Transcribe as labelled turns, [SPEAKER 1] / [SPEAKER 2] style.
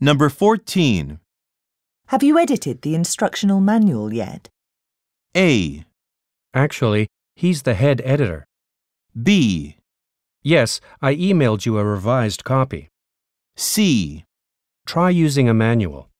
[SPEAKER 1] Number 14.
[SPEAKER 2] Have you edited the instructional manual yet?
[SPEAKER 1] A.
[SPEAKER 3] Actually, he's the head editor.
[SPEAKER 1] B.
[SPEAKER 3] Yes, I emailed you a revised copy.
[SPEAKER 1] C.
[SPEAKER 3] Try using a manual.